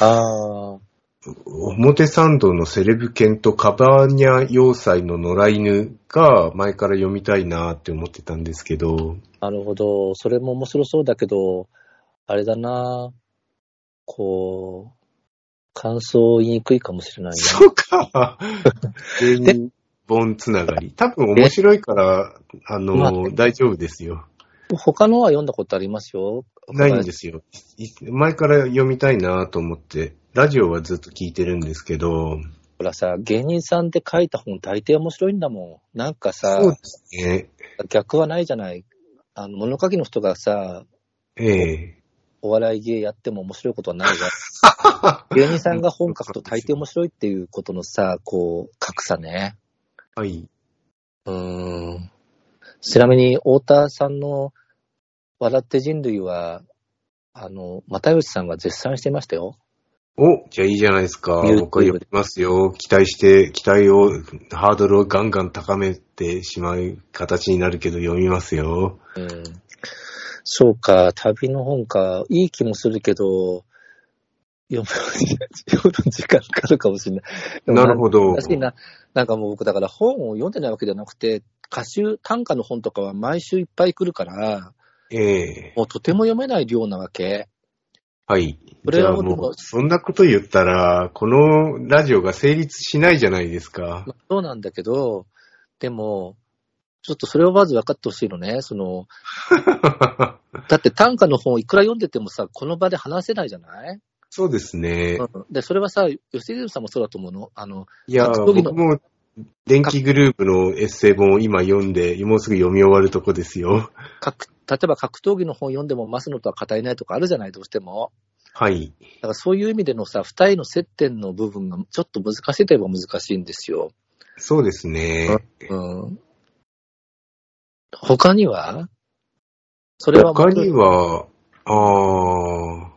A: ああ、
B: 表参道のセレブ犬とカバーニャ要塞の野良犬が前から読みたいなって思ってたんですけど、
A: なるほど。それも面白そうだけど、あれだな。こう、感想を言いにくいかもしれないね。
B: そうか。芸人本つながり。多分面白いから、あ
A: ま
B: の、大丈夫ですよ。
A: 他のは読んだことありますよ。
B: ないんですよ。い前から読みたいなと思って、ラジオはずっと聞いてるんですけど、
A: ほらさ、芸人さんで書いた本大抵面白いんだもん。なんかさ
B: そう、ですね。
A: 逆はないじゃない。あの、物書きの人がさ、
B: ええ
A: お笑い芸やっても面白いことはない が、芸人さんが本格と大抵面白いっていうことのさ、こう、格差ね。
B: はい。
A: うーん。ちなみに、太田さんの笑って人類は、あの、又吉さんが絶賛してましたよ。
B: お、じゃあいいじゃないですか。
A: YouTube
B: 僕は読みますよ。期待して、期待を、ハードルをガンガン高めてしまう形になるけど読みますよ。
A: うん。そうか、旅の本か、いい気もするけど、読む読む時間かかるかもしれない。でも
B: なるほど。
A: 確かにな、なんかもう僕だから本を読んでないわけじゃなくて、歌集、短歌の本とかは毎週いっぱい来るから、
B: ええ
A: もうとても読めない量なわけ。
B: はい。
A: こ
B: じ
A: れ
B: ゃ
A: は
B: あ
A: 僕も
B: もう、そんなこと言ったら、このラジオが成立しないじゃないですか。
A: まあそうなんだけど、でも、ちょっとそれをまず分かってほしいのね。その、 だって短歌の本いくら読んでてもさ、この場で話せないじゃない、
B: そうですね。
A: うん、で、それはさ、吉住さんもそうだと思うの。あの、
B: いや、
A: 格闘技の
B: 僕も、電気グループのエッセイ本を今読んで、もうすぐ読み終わるとこですよ。
A: 格例えば格闘技の本読んでも増野とは語れないとかあるじゃない、どうしても。
B: はい。
A: だからそういう意味でのさ、二人の接点の部分がちょっと難しいといえば難しいんですよ。
B: そうですね。
A: うん。他にはそれは
B: 他には、ああ、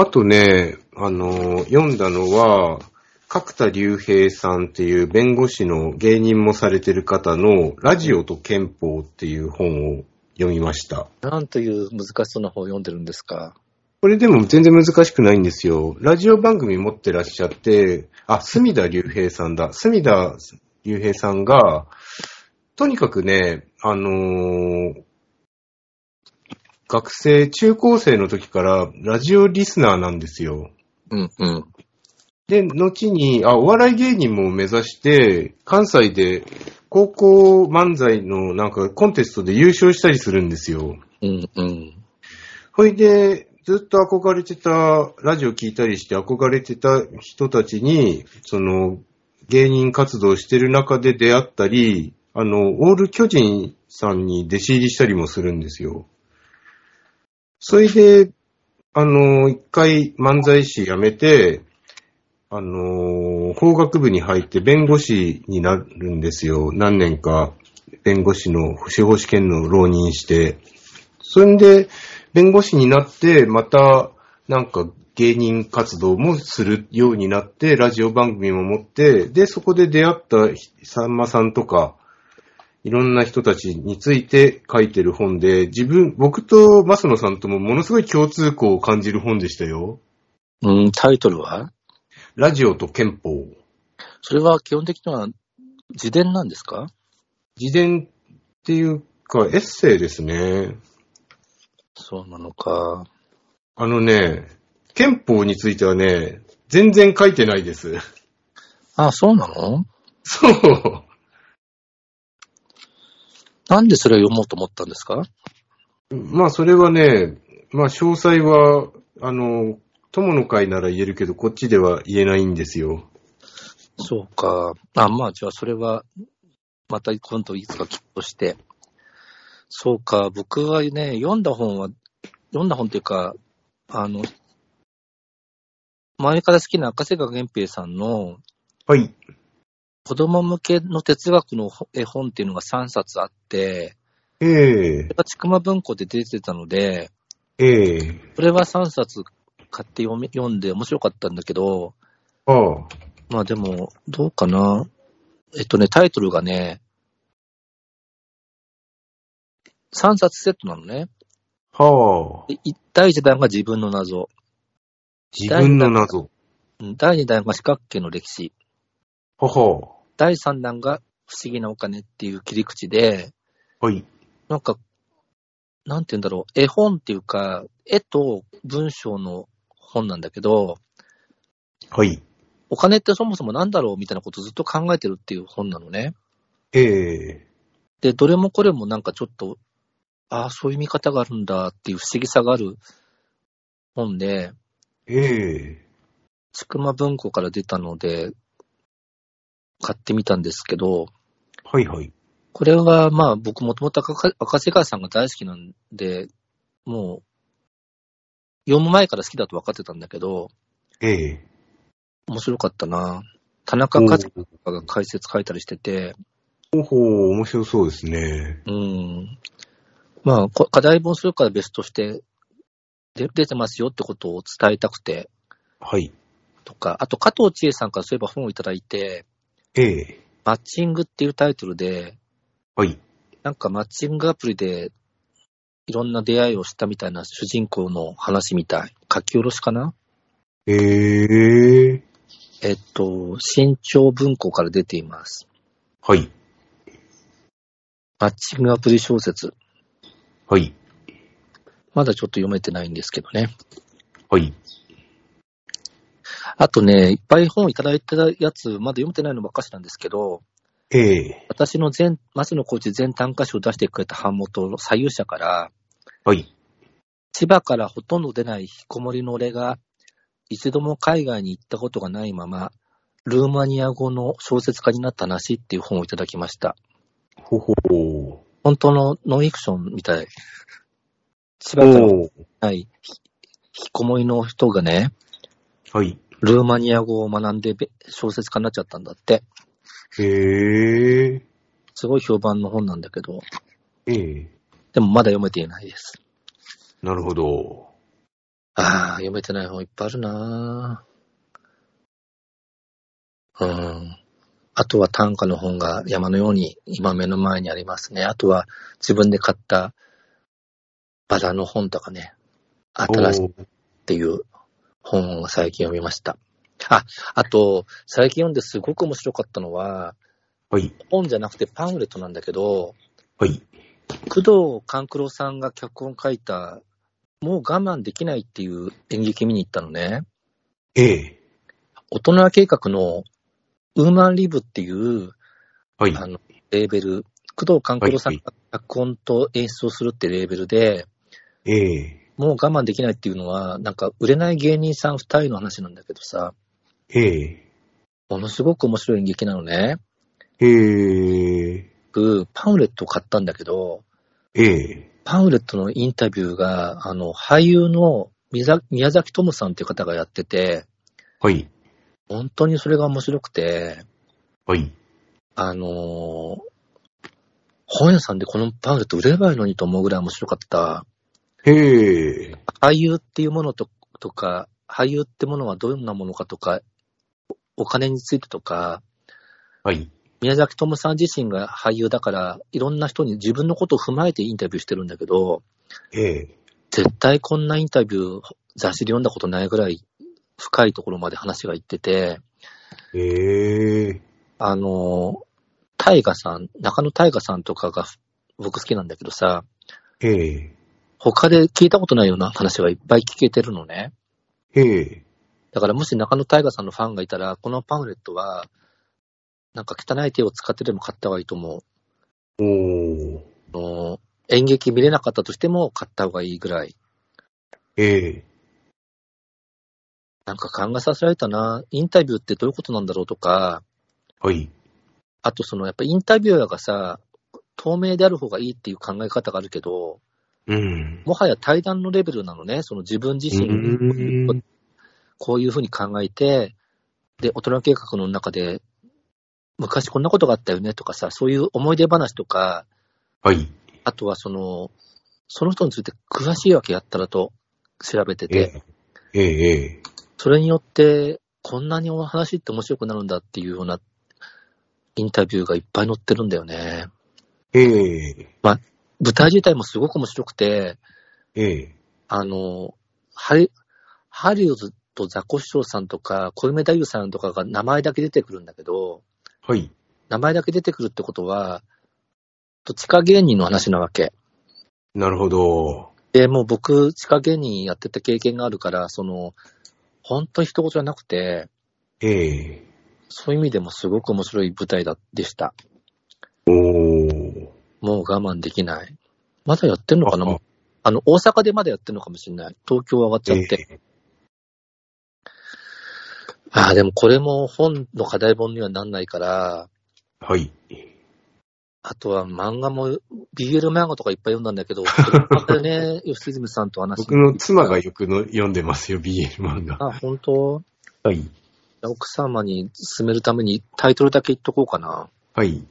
B: あとね、あの、読んだのは、角田隆平さんっていう弁護士の芸人もされてる方のラジオと憲法っていう本を読みました。
A: なんという難しそうな本を読んでるんですか。
B: これでも全然難しくないんですよ。ラジオ番組持ってらっしゃって、あ、隅田隆平さんだ。隅田隆平さんが、とにかくね、あのー学生、中高生の時からラジオリスナーなんですよ。
A: うんうん。
B: で、後に、あ、お笑い芸人も目指して、関西で高校漫才のなんかコンテストで優勝したりするんですよ。
A: うんうん。
B: ほいで、ずっと憧れてた、ラジオ聞いたりして憧れてた人たちに、その、芸人活動してる中で出会ったり、あの、オール巨人さんに弟子入りしたりもするんですよ。それで、あの、一回漫才師辞めて、あの、法学部に入って弁護士になるんですよ。何年か弁護士の司法試験の浪人して。それで、弁護士になって、また、なんか芸人活動もするようになって、ラジオ番組も持って、で、そこで出会ったさんまさんとか、いろんな人たちについて書いてる本で、自分、僕とマスノさんともものすごい共通項を感じる本でしたよ。
A: うん、タイトルは
B: ラジオと憲法。
A: それは基本的には自伝なんですか
B: 自伝っていうか、エッセイですね。
A: そうなのか。
B: あのね、憲法についてはね、全然書いてないです。
A: あ、そうなの
B: そう。
A: なんでそれを読もうと思ったんですか
B: まあ、それはね、まあ、詳細は、あの、友の会なら言えるけど、こっちでは言えないんですよ。
A: そうか。あ、まあ、じゃあ、それは、また今度いつかきっとして。そうか、僕はね、読んだ本は、読んだ本っていうか、あの、前から好きな赤瀬川源平さんの
B: はい。
A: 子供向けの哲学の絵本っていうのが3冊あって、
B: ええ
A: それが千曲文庫で出てたので、
B: ええ
A: それは3冊買って読み読んで面白かったんだけど、
B: ああ。
A: まあでも、どうかな。えっとね、タイトルがね、3冊セットなのね。
B: はあ。
A: でい第1弾が自分の謎。
B: 自分の謎。
A: うん第2弾が四角形の歴史。
B: はは。
A: 第3弾が不思議なお金っていう切り口で、
B: はい。
A: なんか、なんて言うんだろう、絵本っていうか、絵と文章の本なんだけど、
B: はい。
A: お金ってそもそもなんだろうみたいなことをずっと考えてるっていう本なのね。
B: ええ
A: で、どれもこれもなんかちょっと、ああ、そういう見方があるんだっていう不思議さがある本で、
B: ええ
A: ちくま文庫から出たので、買ってみたんですけど、
B: はいはい。
A: これはまあ僕もともと赤赤瀬川さんが大好きなんで、もう、読む前から好きだと分かってたんだけど、
B: ええ。
A: 面白かったな。田中和樹とかが解説書いたりしてて、
B: ほうほう、面白そうですね。
A: うん。まあ、こ課題本するから別として、で出てますよってことを伝えたくて、
B: はい。
A: とか、あと加藤千恵さんからそういえば本をいただいて、
B: ええ。
A: マッチングっていうタイトルで、
B: はい。
A: なんかマッチングアプリでいろんな出会いをしたみたいな主人公の話みたい。書き下ろしかな
B: ええ。
A: えっと、新潮文庫から出ています。
B: はい。
A: マッチングアプリ小説。
B: はい。
A: まだちょっと読めてないんですけどね。
B: はい。
A: あとね、いっぱい本いただいたやつ、まだ読めてないのばっかしなんですけど、
B: ええ。
A: 私の全、松野コーチ全単価賞を出してくれた版元の左右者から、
B: はい。
A: 千葉からほとんど出ない引きこもりの俺が、一度も海外に行ったことがないまま、ルーマニア語の小説家になった話っていう本をいただきました。
B: ほうほう。
A: 本当のノンフィクションみたい。千葉から
B: おー
A: ないひ引きこもりの人がね、
B: はい。
A: ルーマニア語を学んでべ小説家になっちゃったんだって。
B: へえ。
A: すごい評判の本なんだけど、
B: ええ。
A: でもまだ読めていないです。
B: なるほど。
A: ああ、読めてない本いっぱいあるなぁうん。あとは短歌の本が山のように今目の前にありますね。あとは自分で買ったバラの本とかね。新しいっ
B: おー
A: ていう本を最近読みました。あ、あと、最近読んですごく面白かったのは、
B: はい。
A: 本じゃなくてパンフレットなんだけど、
B: はい。
A: 工藤官九郎さんが脚本書いた、もう我慢できないっていう演劇見に行ったのね。
B: ええ。
A: 大人計画のウーマンリブっていう、
B: はい。
A: あの、レーベル、工藤官九郎さんが脚本と演出をするってレーベルで、
B: ええ。
A: もう我慢できないっていうのは、なんか売れない芸人さん二人の話なんだけどさ、
B: ええ。
A: ものすごく面白い演劇なのね。
B: ええ。
A: 僕パンフレットを買ったんだけど、
B: ええ。
A: パンフレットのインタビューが、あの、俳優の宮崎宮崎智さんっていう方がやってて、
B: はい。
A: 本当にそれが面白くて、
B: はい。
A: あのー本屋さんでこのパンフレット売れればいいのにと思うぐらい面白かった。
B: へえ。
A: 俳優っていうものととか、俳優ってものはどんなものかとか、おお金についてとか、
B: はい。
A: 宮崎智さん自身が俳優だから、いろんな人に自分のことを踏まえてインタビューしてるんだけど、
B: ええ。
A: 絶対こんなインタビュー、雑誌で読んだことないぐらい深いところまで話がいってて、
B: ええ。
A: あのー、大河さん、中野大河さんとかが僕好きなんだけどさ、
B: ええ。
A: 他で聞いたことないような話がいっぱい聞けてるのね。
B: ええ。
A: だからもし中野大河さんのファンがいたら、このパンフレットは、なんか汚い手を使ってでも買った方がいいと思う。
B: おー。
A: あの演劇見れなかったとしても買った方がいいぐらい。
B: ええ。
A: なんか考えさせられたな。インタビューってどういうことなんだろうとか、
B: はい。
A: あとそのやっぱインタビュアーがさ、透明である方がいいっていう考え方があるけど、
B: うん。
A: もはや対談のレベルなのね。その自分自
B: う
A: 身
B: ん。
A: こういうふうに考えて、で、大人計画の中で、昔こんなことがあったよねとかさ、そういう思い出話とか、
B: はい。
A: あとはその、その人について詳しいわけやったらと調べて
B: え
A: て、
B: え。ええ。
A: それによって、こんなにお話って面白くなるんだっていうようなインタビューがいっぱい載ってるんだよね。
B: ええ。
A: 舞台自体もすごく面白くて、
B: ええ。
A: あの、ハリハリウッドザコシショウさんとか、小梅太夫さんとかが名前だけ出てくるんだけど、
B: はい。
A: 名前だけ出てくるってことは、と地下芸人の話なわけ。
B: なるほど。
A: で、もう僕、地下芸人やってた経験があるから、その、本当に一言じゃなくて、
B: ええ。
A: そういう意味でもすごく面白い舞台だでした。
B: おー。
A: もう我慢できない。まだやってんのかな
B: あ
A: あの、大阪でまだやってんのかもしれない。東京は上がっちゃって。ああ、でもこれも本の課題本にはなんないから、
B: はい。
A: あとは漫画も、BL 漫画とかいっぱい読んだんだけど、またね、 吉住さんと話し
B: 僕の妻がよくの読んでますよ、BL 漫画。
A: あ、本当
B: はい。
A: 奥様に勧めるためにタイトルだけ言っとこうかな。
B: はい。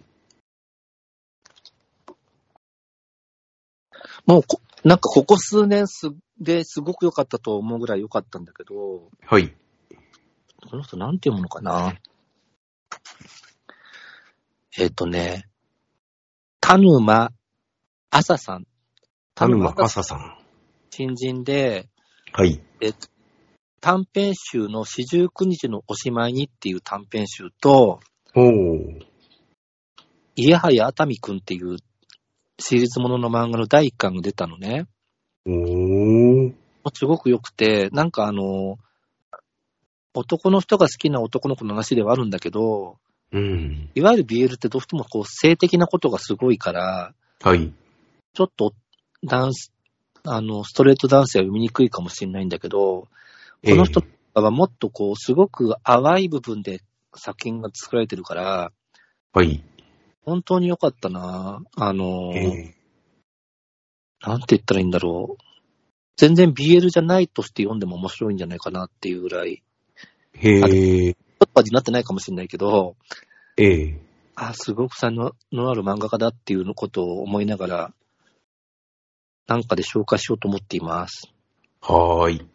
A: もうこ、なんかここ数年すですごく良かったと思うぐらい良かったんだけど、
B: はい。
A: この人なんて読むのかなえっ、とね、田沼朝さん。
B: 田沼
A: 朝さん
B: 朝さん。
A: 新人で、
B: はい。
A: 短編集の四十九日のおしまいにっていう短編集と、
B: おー。
A: 家早熱海くんっていうシリーズものの漫画の第一巻が出たのね。
B: おー。
A: もうすごく良くて、なんかあの、男の人が好きな男の子の話ではあるんだけど、
B: うん。
A: いわゆる BL ってどうしてもこう性的なことがすごいから、
B: はい。
A: ちょっと男子、あの、ストレート男性は読みにくいかもしれないんだけど、この人
B: え
A: はもっとこう、すごく淡い部分で作品が作られてるから、
B: ーはい。
A: 本当に良かったなあの、
B: え
A: なんて言ったらいいんだろう。全然 BL じゃないとして読んでも面白いんじゃないかなっていうぐらい、
B: ー、へー
A: 言葉になってないかもしれないけど、
B: えー、
A: あ、すごく才能のある漫画家だっていうのことを思いながら、なんかで紹介しようと思っています。
B: はーい。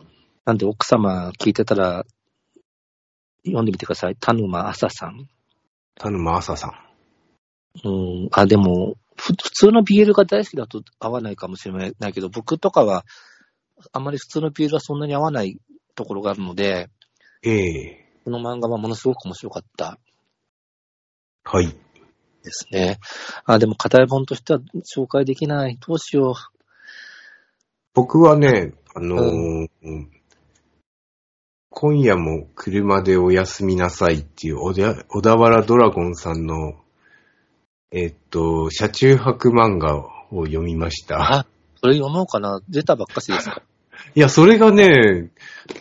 A: なんで奥様聞いてたら、読んでみてください。田沼朝さん。
B: 田沼朝さん。
A: うん、あ、でも、ふ普通の BL が大好きだと合わないかもしれないけど、僕とかは、あんまり普通の BL はそんなに合わないところがあるので、
B: ええ
A: この漫画はものすごく面白かった
B: ー、はい。
A: ですね。あ、でも課題本としては紹介できない。どうしよ
B: 僕はね、あのー今夜も車でおやすみなさいっていう小田小田原ドラゴンさんの、えっと、車中泊漫画を読みまし
A: う。
B: た。
A: あ、それ読もうかな。出たばっかしですか。
B: いや、それがね、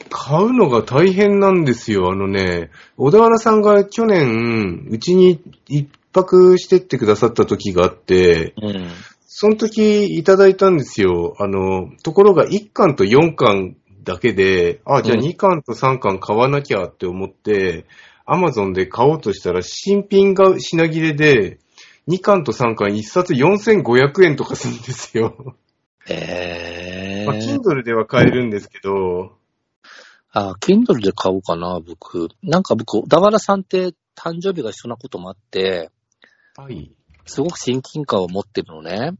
B: 買うのが大変なんですよ。あのね、小田原さんが去年、うちに一泊してってくださった時があって、
A: うん。
B: その時いただいたんですよ。あの、ところが1巻と4巻だけで、あ、じゃあ
A: うん
B: 2巻と3巻買わなきゃって思って、アマゾンで買おうとしたら新品が品切れで、2巻と3巻1冊4500円とかするんですよ。
A: え
B: まあ、
A: ー。
B: Kindle では買えるんですけど、
A: あ、Kindle で買おうかな、僕。なんか僕、小田原さんって誕生日が一緒なこともあって、
B: はい。
A: すごく親近感を持ってるのね。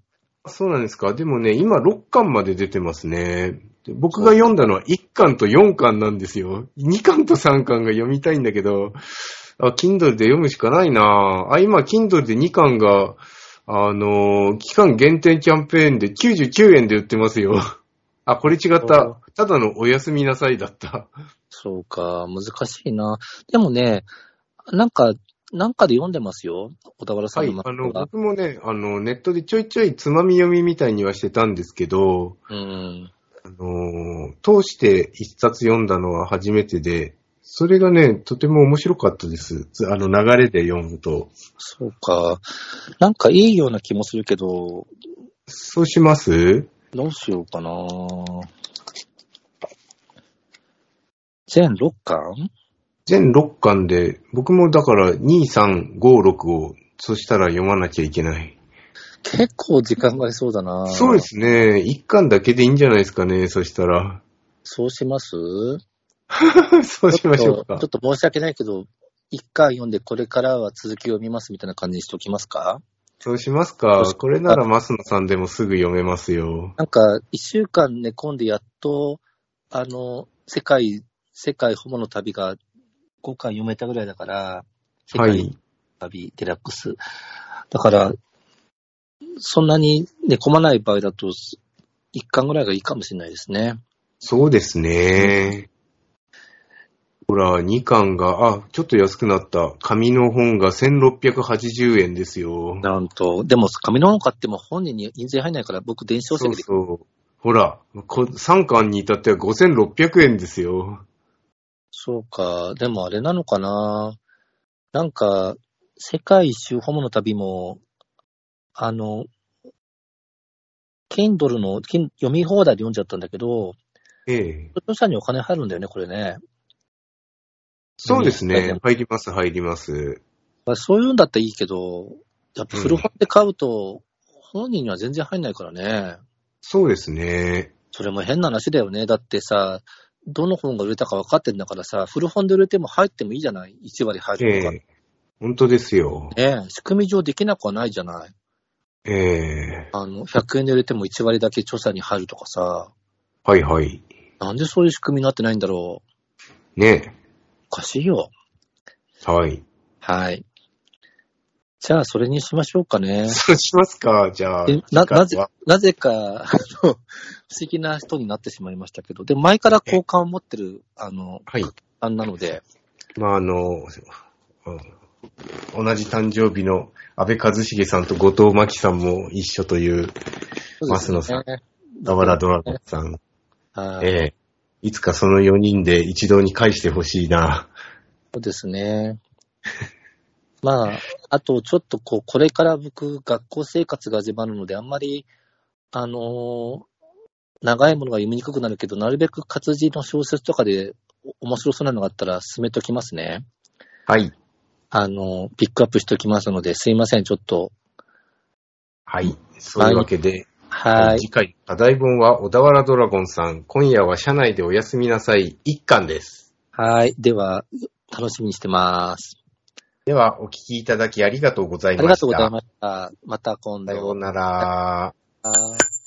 B: そうなんですか。でもね、今6巻まで出てますね。で僕が読んだのは1巻と4巻なんですよ。2巻と3巻が読みたいんだけど、あ、Kindle で読むしかないなぁあ、今、Kindle で2巻が、あのー期間限定キャンペーンで99円で売ってますよ。あ、これ違った。ただのおやすみなさいだった。
A: そうか、難しいな。でもね、なんか、なんかで読んでますよ。小田原さ
B: は
A: ん
B: い
A: の。
B: あ
A: 漫
B: の、
A: 画が。
B: 僕もね、あの、ネットでちょいちょいつまみ読みみたいにはしてたんですけど、
A: うん。
B: あのー通して一冊読んだのは初めてで、それがね、とても面白かったです。つあの、流れで読むと。
A: そうか。なんかいいような気もするけど、
B: そうします
A: どうしようかな。全6巻
B: 全6巻で、僕もだから2、3、5、6を、そしたら読まなきゃいけない。
A: 結構時間がありそうだな。
B: そうですね。1巻だけでいいんじゃないですかね、そし たら。
A: そうします
B: そうしましょう
A: ちょ。
B: か
A: っとちょっと申し訳ないけど、一巻読んでこれからは続きを見ますみたいな感じにしておきますか
B: そうします
A: そう
B: か
A: します。か
B: これなら、マスノさんでもすぐ読めますよ。
A: なんか、一週間寝込んでやっと、あの、世界、世界ホモの旅が5巻読めたぐらいだから、世
B: は
A: 界
B: い。
A: 旅デラックス。だから、そんなに寝込まない場合だと、一巻ぐらいがいいかもしれないですね。
B: そうですね。ほら、2巻が、あ、ちょっと安くなった。紙の本が1680円ですよ。
A: なんと、でも紙の本買っても本人に印税入んないから、僕電子書籍
B: そう
A: で
B: そう。ほら、こ3巻に至っては5600円ですよ。
A: そうか。でもあれなのかな。なんか、世界一周ホモの旅も、あの、Kindle の、Kin- 読み放題で読んじゃったんだけど、
B: ええ。
A: 著者にお金入るんだよね、これね。
B: そうです
A: うん
B: ね。入ります、入ります。
A: まあ、そういうんだったらいいけど、やっぱ古本で買うと、本人には全然入んないからね。
B: そうですね。
A: それも変な話だよね。だってさ、どの本が売れたか分かってんだからさ、古本で売れても入ってもいいじゃない ?1 割入
B: え
A: るとか。
B: え。本当ですよ。
A: ねえ仕組み上できなくはないじゃない
B: ええ。
A: あの、100円で売れても1割だけ著者に入るとかさ、
B: はいはい。
A: なんでそういう仕組みになってないんだろう
B: ね。
A: おかしいよ。
B: はい。
A: はい。じゃあ、それにしましょうかね。
B: そうしますか、じゃあ。
A: えな、なぜ
B: 次回は、
A: なぜか、あの、不思議な人になってしまいましたけど、で、前から好感を持ってる、あの、
B: はい。
A: あんなので、
B: まあ、あの、うん同じ誕生日の安倍一茂さんと後藤真希さんも一緒という、増野さん
A: ん。
B: ダワラドラゴンさん。
A: はい。
B: ええいつかその4人で一堂に会してほしいな。
A: そうですね。まあ、あとちょっとこう、これから僕、学校生活が始まるので、あんまり、あのー長いものが読みにくくなるけど、なるべく活字の小説とかでお面白そうなのがあったら進めときますね。
B: はい。
A: あのーピックアップしておきますので、すいません、ちょっと。
B: はい。そういうわけで、
A: はい。
B: 次回、課題本は小田原ドラゴンさん、今夜は車内でおやすみなさい、一巻です。
A: はい。では、楽しみにしてます。
B: では、お聞きいただきありがとうござ
A: あ
B: い
A: り
B: ま
A: が
B: した。
A: とうございました。また今
B: さよう
A: 度。
B: なら。
A: あー